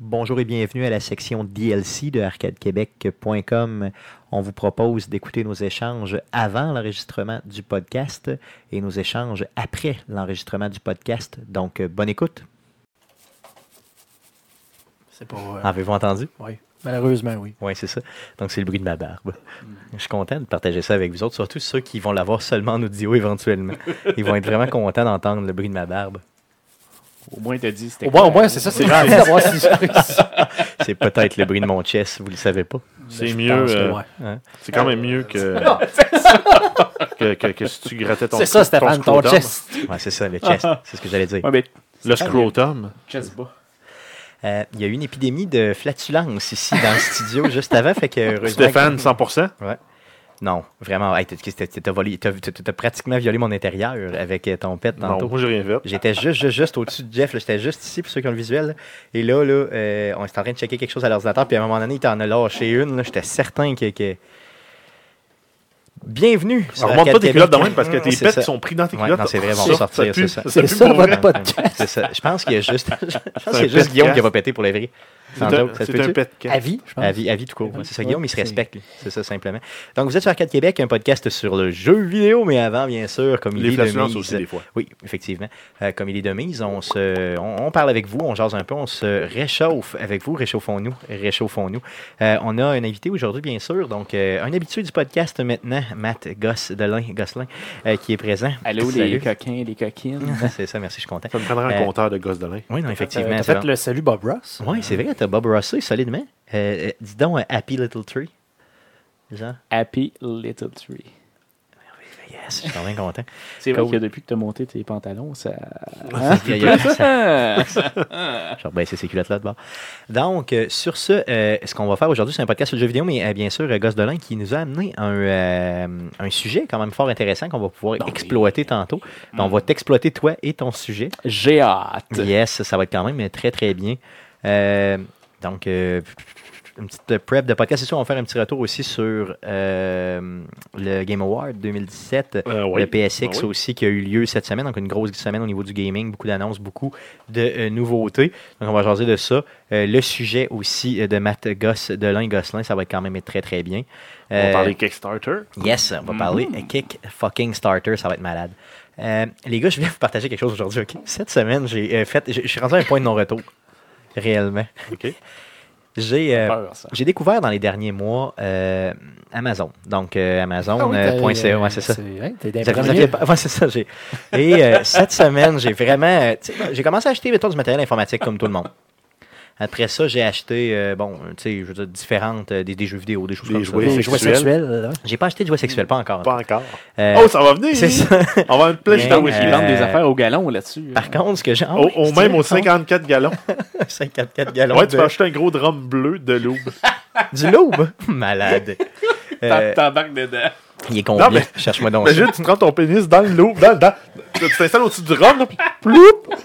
Bonjour et bienvenue à la section DLC de arcadequebec.com. On vous propose d'écouter nos échanges avant l'enregistrement du podcast et nos échanges après l'enregistrement du podcast. Donc, euh, bonne écoute. C'est pas. euh, Ah, Avez-vous entendu? oui. Malheureusement, oui. Oui, c'est ça. Donc, c'est le bruit de ma barbe. Je suis content de partager ça avec vous autres, surtout ceux qui vont l'avoir seulement en audio éventuellement. Ils vont être vraiment contents d'entendre le bruit de ma barbe. Au moins, t'as dit c'était Au moins, au moins, c'est ça, c'est grave. d'avoir ces surprises. C'est peut-être le bruit de mon chest, vous le savez pas. C'est Je mieux. pense que euh, ouais. C'est quand même mieux que, que, que, que si tu grattais ton C'est ça, Stéphane, ton scrotum. chest. Ouais, c'est ça, le chest. C'est ce que j'allais dire. Ouais, mais le scrotum. Chest bas. Euh, il y a eu une épidémie de flatulence ici dans le studio juste avant, fait que heureusement que- Stéphane, 100%. Non, vraiment. Hey, t'as- t'as- t'as- t'as volé- t'as- t'as- t'as pratiquement violé mon intérieur avec euh, ton pet Non, tantôt. moi, j'ai rien fait. J'étais juste, juste, juste au-dessus de Jeff. là. J'étais juste ici pour ceux qui ont le visuel. là. Et là, là euh, on était en train de checker quelque chose à l'ordinateur. Puis à un moment donné, il t'en a lâché une. là. J'étais certain que. que- Bienvenue. sur On remonte pas Arcade tes culottes de Québec. même parce que tes C'est pets ça. qui sont pris dans tes Ouais, culottes. non, c'est vrai, vont Ça, sortir, ça pue, c'est ça. pue C'est ça, pour votre vrai. podcast. C'est ça. Je pense qu'il y a juste, je pense qu'il y a un juste pet Guillaume qui casse. va péter pour les vrais. C'est Sans un, joke, ça se c'est un peut-tu? pet À cat. Ah. vie, je pense. À vie, à vie tout court. C'est ça, Ouais, Guillaume, il se c'est- respecte. lui. C'est ça, simplement. Donc, vous êtes sur Arcade Québec, un podcast sur le jeu vidéo, mais avant, bien sûr, comme il Les est de flatulences mise. aussi, des fois. Oui, effectivement. Euh, comme il est de mise, on, se, on, on parle avec vous, on jase un peu, on se réchauffe avec vous. Réchauffons-nous, réchauffons-nous. Euh, on a un invité aujourd'hui, bien sûr. Donc, euh, un habitué du podcast maintenant, Matt Gosselin, Gosselin euh, qui est présent. Allô, Salut. les coquins, les coquines. C'est ça, merci, je suis content. Ça me prendrait Euh, un compteur de gosse de lin. Oui, non, Euh, effectivement. T'as c'est fait le salut Bob Ross. bon. Oui, c'est vrai, t'as Bob Rossé solidement. Euh, euh, dis donc, euh, Happy Little Tree. Genre. Happy Little Tree. Yes, je suis bien content. C'est vrai Cool. que depuis que tu as monté tes pantalons, ça. Il y a- il y a- ça- Ah! Je vais baisser ces culottes-là de bord. Donc, euh, sur ce, euh, ce qu'on va faire aujourd'hui, c'est un podcast sur le jeu vidéo, mais euh, bien sûr, euh, Gosse Delin qui nous a amené un, euh, un sujet quand même fort intéressant qu'on va pouvoir Donc, exploiter tantôt. On va t'exploiter toi et ton sujet. J'ai hâte. Yes, ça va être quand même très, très bien. Euh, donc, euh, une petite prep de podcast. C'est sûr, on va faire un petit retour aussi sur euh, le Game Award 2017. Euh, oui. Le PSX Ah oui. aussi qui a eu lieu cette semaine, donc une grosse semaine au niveau du gaming, beaucoup d'annonces, beaucoup de euh, nouveautés. Donc on va jaser de ça. Euh, le sujet aussi euh, de Matt Goss, de Lin Gosselin, ça va être quand même très très bien. On Euh, va parler Kickstarter. Yes, on va parler euh, kick fucking starter, ça va être malade. Euh, les gars, je voulais vous partager quelque chose aujourd'hui. ok? Cette semaine, j'ai euh, fait, je je suis rendu à un point de non-retour, réellement. OK. J'ai euh, Peur, ça. j'ai découvert dans les derniers mois euh, Amazon. Donc euh, Ah oui, t'as- Amazon.ca, ouais, c'est ça. hein, T'es Vous avez- vous d'imprimer. aviez pas- ouais, c'est ça. j'ai- Et euh, cette semaine, j'ai vraiment. euh, tu sais, J'ai commencé à acheter mettons, du matériel informatique comme tout le monde. Après ça, j'ai acheté, euh, bon, tu sais, je veux dire, différentes, euh, des, des jeux vidéo, des choses Des comme jouets. ça. Les jouets sexuels. sexuels. hein. J'ai pas acheté de jouets sexuels, pas encore. Pas encore. Euh, Oh, ça va venir! c'est ça. On va avoir une plage Mais, de Ah oui, whisky. ils euh, vendent des affaires au galon là-dessus. hein. Par contre, ce que j'ai. Au- au même au aux 54 gallons. 54 gallons. Ouais, tu de- peux acheter un gros drum bleu de loup. Du l'aube. Malade. Euh, T'em- t'embarques dedans. il est combien? Non, mais- Cherche-moi donc. ça. Imagine, tu prends ton pénis dans le loup, dans, dans, tu t'installes au-dessus du drum, là, puis ploup!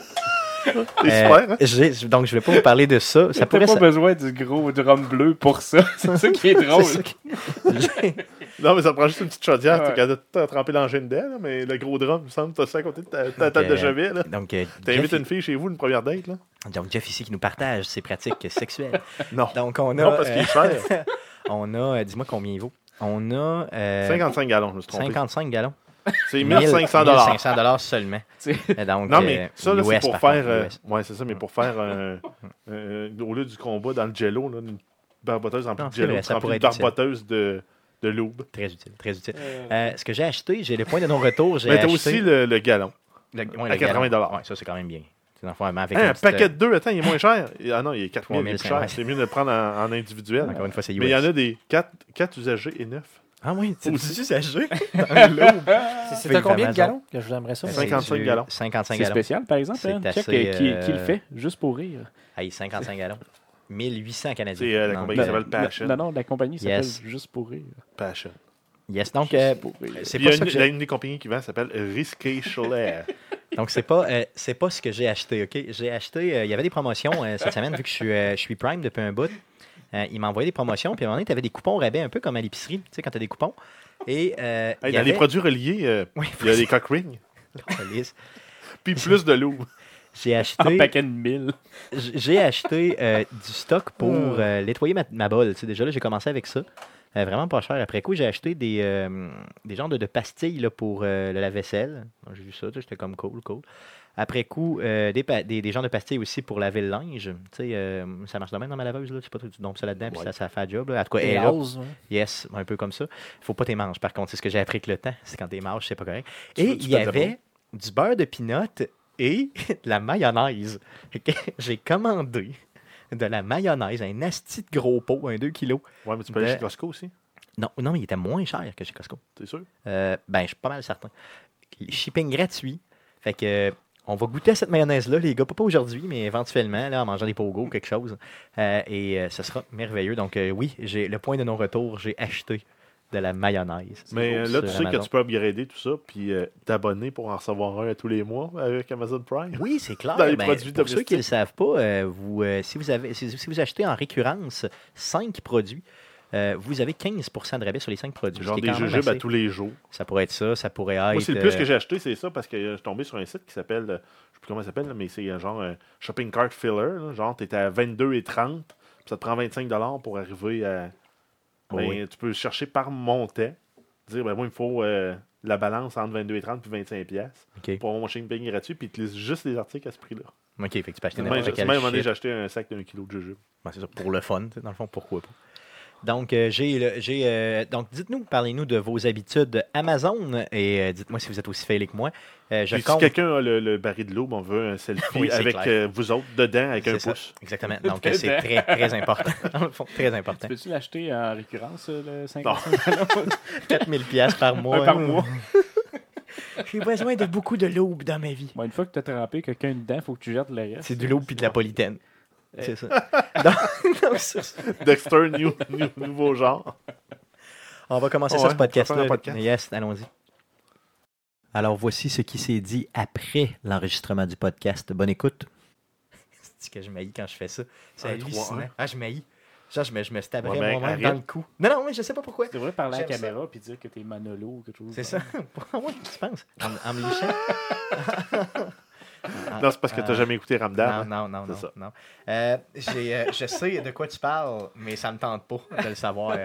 C'est Euh, super, hein? j'ai- donc, je vais pas vous parler de ça. Ça T'as pourrait. pas ça- besoin du gros drum bleu pour ça. C'est ça qui est drôle. C'est ça qui- Non, mais ça prend juste une petite chaudière, Ouais. tu t'es t'as trempé dans le gin dedans, là, mais le gros drum, il me semble, t'as ça à côté de ta, ta tête de euh, chevet, là. Donc, euh, T'invites Jeff- une fille chez vous, une première date, là? donc, Jeff ici qui nous partage ses pratiques sexuelles. Non. Donc, on a. Non, parce euh, qu'il est cher. On a, euh, dis-moi combien il vaut. On a euh, 55 gallons, je me suis trompé. 55 gallons. C'est 1500 dollars. 1500 dollars seulement. C'est- Euh, Donc, Non, mais euh, ça, là, c'est US, pour par contre, faire. euh, US. ouais, c'est ça, mais pour faire. euh, euh, au lieu du combat dans le jello, là, une barboteuse remplie Non, de c'est jello, vrai, ça remplie pourrait de être utile. barboteuse de, de l'aube. Très utile, très utile. Euh, ce que j'ai acheté, j'ai les points de non-retour. J'ai Mais t'as acheté aussi le, le galon. le- ouais, le à 80 gallon. dollars. Ouais, ça, c'est quand même bien. C'est dans le fond, mais avec Hein, une un petite, paquet euh, de deux, attends, il est moins cher. Il- Ah non, il est 4000, il est plus 3500, ouais. cher. C'est mieux de le prendre en, en individuel. Encore une fois, c'est US. Mais il y en a des 4, usagers et 9. Ah oui, c'est Aussi. usagé. C'est- C'est Fait à que combien de Amazon- gallons que je vous aimerais ça? Ouais. 55 gallons. 55 C'est gallons. spécial, par exemple. C'est hein. Check assez, euh, qui, qui le euh, fait, juste pour rire. Hey, 55 gallons. 1800 Canadiens. C'est euh, la Non, compagnie mais- qui s'appelle Passion. Ben, Non, non, la compagnie s'appelle Yes. Juste pour rire. Passion. Yes, donc, euh, Juste pour rire. c'est Il y pas ça a une, que la- j'ai- une des compagnies qui vend s'appelle Risqué Chalet. donc c'est pas, euh, c'est pas ce que j'ai acheté, OK? J'ai acheté, euh, il y avait des promotions euh, cette semaine, vu que je suis, euh, je suis Prime depuis un bout. Euh, il m'a envoyé des promotions, puis à un moment donné, tu avais des coupons au rabais, un peu comme à l'épicerie, tu sais, quand tu as des coupons. Et euh, Hey, il y dans les avait- produits reliés, euh, Oui, il y a des cock rings, Police. puis plus de loup. J'ai Un acheté. paquet de mille. J- J'ai acheté euh, du stock pour euh, nettoyer ma, ma bol. Tu sais, déjà, là, j'ai commencé avec ça. Euh, vraiment pas cher. Après coup, j'ai acheté des, euh, des genres de, de pastilles là, pour euh, le lave-vaisselle. Donc, J'ai vu ça, tu sais, j'étais comme cool, cool. Après coup, euh, des, pa- des, des genres de pastilles aussi pour laver le linge. Tu sais, euh, ça marche de même dans ma laveuse. Là. Je sais pas, tu dompes ça là-dedans, puis ça, ça fait un job. Là. En tout cas, elle est là. Rose, ouais. Yes, un peu comme ça. faut pas tes manches, par contre. C'est ce que j'ai appris avec le temps. C'est quand tes manches, c'est pas correct. Tu et veux- tu il y fais de la avait du beurre de pinot et de la mayonnaise. Ok, j'ai commandé de la mayonnaise, un asti de gros pot, un 2 kg. Ouais, mais tu peux aller Ben- chez Costco aussi, Non, non, mais il était moins cher que chez Costco. t'es sûr? Euh, ben, je suis pas mal certain. Shipping gratuit. Fait que. euh, On va goûter à cette mayonnaise-là, les gars. Pas, pas aujourd'hui, mais éventuellement, là, en mangeant des pogos ou quelque chose. Euh, et euh, ce sera merveilleux. Donc, euh, oui, j'ai le point de non-retour. J'ai acheté de la mayonnaise. Mais euh, là, tu Sur sais que Amazon. tu peux upgrader tout ça, puis euh, t'abonner pour en recevoir un à tous les mois avec Amazon Prime. Oui, c'est clair. Dans les Ben, produits pour ceux qui ne le domestiques. savent pas, euh, vous, euh, si, vous avez, si, si vous achetez en récurrence 5 produits, euh, vous avez 15 de rabais sur les 5 produits. Genre ce qui est des quand même jujubes à assez- tous les jours. Ça pourrait être ça, ça pourrait être. Moi, c'est le plus euh, que j'ai acheté, c'est ça, parce que euh, je suis tombé sur un site qui s'appelle, euh, je sais plus comment ça s'appelle, là, mais c'est euh, genre euh, Shopping Cart Filler. là. genre, t'étais à 22 et 30, puis ça te prend 25 pour arriver à. Oh Ben, oui. Tu peux chercher par montant, dire, ben moi, il me faut euh, la balance entre 22 et 30 puis 25 pièces OK. pour avoir mon shipping gratuit, puis tu listes juste les articles à ce prix-là. OK, fait que tu peux acheter Même, n'importe même quel à un moment donné, chip. j'ai acheté un sac d'un kilo de jujube. Ben, c'est ça, pour le fun, tu sais, dans le fond, pourquoi pas. Donc, euh, j'ai, le- j'ai, euh, donc dites-nous, parlez-nous de vos habitudes Amazon et euh, dites-moi si vous êtes aussi failé que moi. Euh, je Puis si compte. quelqu'un a le, le baril de l'eau, ben, on veut un selfie Oui, c'est avec clair. euh, vous autres dedans, avec un C'est ça. pouce. Exactement. Donc, euh, c'est très, très important. Dans le fond, très important. Peux-tu l'acheter en récurrence, euh, le 5 Non. 4000 pièces par mois. Mmh. par mois. J'ai besoin de beaucoup de l'aube dans ma vie. Bon, une fois que t'as trempé quelqu'un dedans, faut que tu jettes le reste. C'est de l'aube puis de la politaine. Eh. C'est ça. Donc- donc, sur ce, Dexter, new- new- nouveau genre. on va commencer Ah Ouais, ça, ce on va faire podcast-là. un podcast. Yes, allons-y. Alors, voici ce qui s'est dit après l'enregistrement du podcast. Bonne écoute. C'est que je m'haïs quand je fais ça. C'est Un, trois, hallucinant. un. Ah, je m'haïs. Genre, je me, je me stabrais Ouais, ben, moi-même arrête. dans le cou. Non, non, mais je sais pas pourquoi. Tu devrais parler à la J'aime ça. caméra puis dire que t'es Manolo ou quelque chose. C'est ça. Ah Pourquoi tu penses? En, en me lichant? Ah. Non, c'est parce que t'as Euh, jamais écouté Ramdam. Non, non, non, C'est non. ça. non. Euh, j'ai, euh, je sais de quoi tu parles, mais ça me tente pas de le savoir.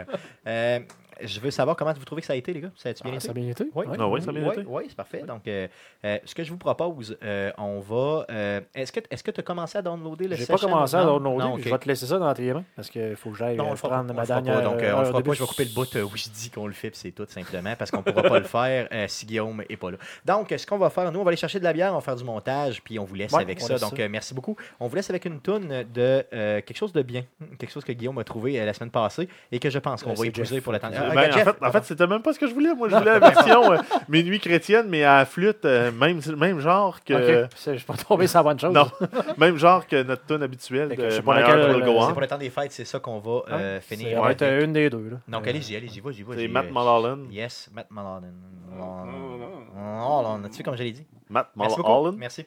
Euh, je veux savoir comment vous trouvez que ça a été, les gars. Ça a-tu bien Ah, été? ça a bien été? Oui, Ouais. Ah oui, ça a bien oui, été. oui, c'est parfait. Donc, euh, euh, ce que je vous propose, euh, on va. euh, est-ce que est-ce que tu as commencé à downloader le J'ai pas session? commencé à Non? downloader, Non, puis ok. je vais te laisser ça dans tes mains parce qu'il faut que j'aille Non, on euh, le fera pas. prendre On le ma fera dernière. pas. Donc, euh, on heure le fera de pas. Je vais bus. couper le bout euh, où je dis qu'on le fait, puis c'est tout simplement, parce qu'on ne pourra pas le faire euh, si Guillaume n'est pas là. Donc, euh, ce qu'on va faire, nous, on va aller chercher de la bière, on va faire du montage, puis on vous laisse Ouais, avec on ça. laisse Donc, ça. euh, merci beaucoup. On vous laisse avec une toune de euh, quelque chose de bien, quelque chose que Guillaume a trouvé euh, la semaine passée et que je pense qu'on Euh, va c'est épouser Jeff. pour Ah, la tendance. Ben, en fait, en fait, c'était même pas ce que je voulais. Moi, je voulais la version euh, Minuit chrétienne, mais à la flûte, euh, même, même genre que. euh, Ok, c'est- je suis pas tombé sur la bonne chose. Non, même genre que notre tonne habituelle. Fait De que je sais pas My Heart laquelle, Will euh, Go On. c'est pour le temps des fêtes, c'est ça qu'on va euh, C'est- finir. on Hein? va avec. être à une des deux. Là. Donc, Euh, allez-y, allez-y, vas-y, vas-y. C'est Matt Euh, Mulholland. Yes, Matt Mulhollen. non, non. Mulhollen. Tu sais comme je l'ai dit? Matt Merci beaucoup. Mulholland. Merci.